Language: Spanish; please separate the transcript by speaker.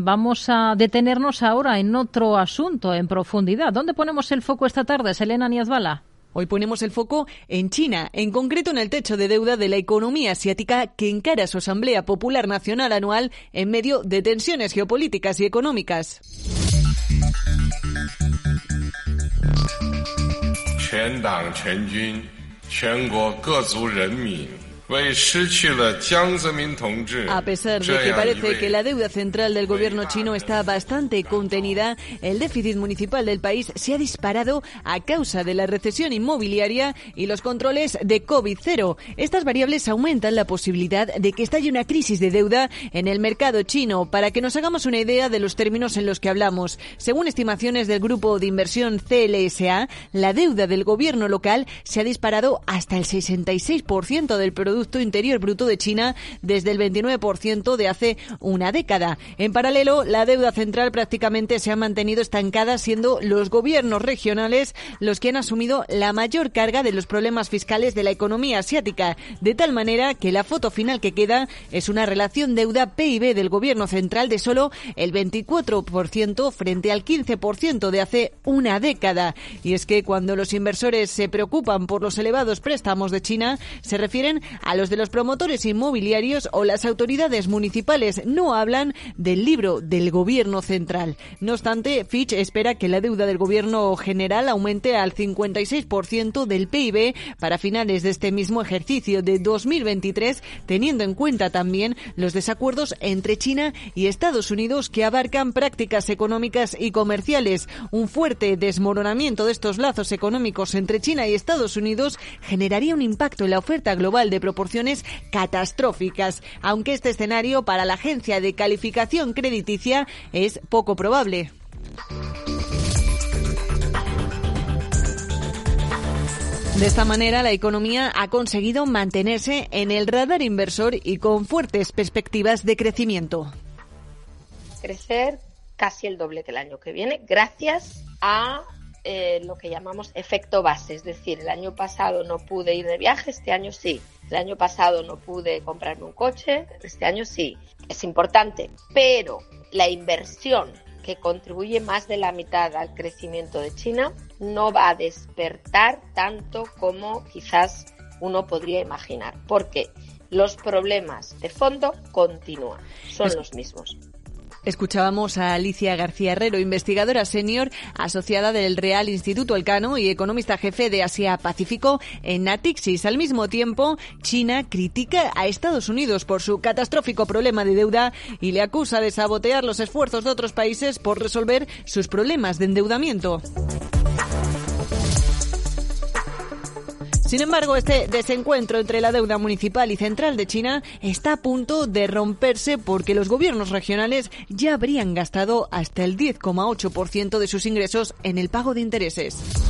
Speaker 1: Vamos a detenernos ahora en otro asunto en profundidad. ¿Dónde ponemos el foco esta tarde, Selena Niazbala?
Speaker 2: Hoy ponemos el foco en China, en concreto en el techo de deuda de la economía asiática que encara su Asamblea Popular Nacional anual en medio de tensiones geopolíticas y económicas. A pesar de que parece que la deuda central del gobierno chino está bastante contenida, el déficit municipal del país se ha disparado a causa de la recesión inmobiliaria y los controles de COVID-0. Estas variables aumentan la posibilidad de que estalle una crisis de deuda en el mercado chino. Para que nos hagamos una idea de los términos en los que hablamos, según estimaciones del grupo de inversión CLSA, la deuda del gobierno local se ha disparado hasta el 66% del producto Producto Interior Bruto de China desde el 29% de hace una década. En paralelo, la deuda central prácticamente se ha mantenido estancada, siendo los gobiernos regionales los que han asumido la mayor carga de los problemas fiscales de la economía asiática, de tal manera que la foto final que queda es una relación deuda-PIB del gobierno central de solo el 24% frente al 15% de hace una década. Y es que cuando los inversores se preocupan por los elevados préstamos de China, se refieren a a los de los promotores inmobiliarios o las autoridades municipales no hablan del libro del gobierno central. No obstante, Fitch espera que la deuda del gobierno general aumente al 56% del PIB para finales de este mismo ejercicio de 2023, teniendo en cuenta también los desacuerdos entre China y Estados Unidos que abarcan prácticas económicas y comerciales. Un fuerte desmoronamiento de estos lazos económicos entre China y Estados Unidos generaría un impacto en la oferta global de proporciones catastróficas, aunque este escenario para la agencia de calificación crediticia es poco probable. De esta manera, la economía ha conseguido mantenerse en el radar inversor y con fuertes perspectivas de crecimiento.
Speaker 3: Crecer casi el doble que el año que viene, gracias a eh, lo que llamamos efecto base, es decir, el año pasado no pude ir de viaje, este año sí. El año pasado no pude comprarme un coche, este año sí. Es importante, pero la inversión que contribuye más de la mitad al crecimiento de China no va a despertar tanto como quizás uno podría imaginar, porque los problemas de fondo continúan, son los mismos.
Speaker 2: Escuchábamos a Alicia García Herrero, investigadora senior asociada del Real Instituto Elcano y economista jefe de Asia Pacífico en Natixis. Al mismo tiempo, China critica a Estados Unidos por su catastrófico problema de deuda y le acusa de sabotear los esfuerzos de otros países por resolver sus problemas de endeudamiento. Sin embargo, este desencuentro entre la deuda municipal y central de China está a punto de romperse porque los gobiernos regionales ya habrían gastado hasta el 10,8% de sus ingresos en el pago de intereses.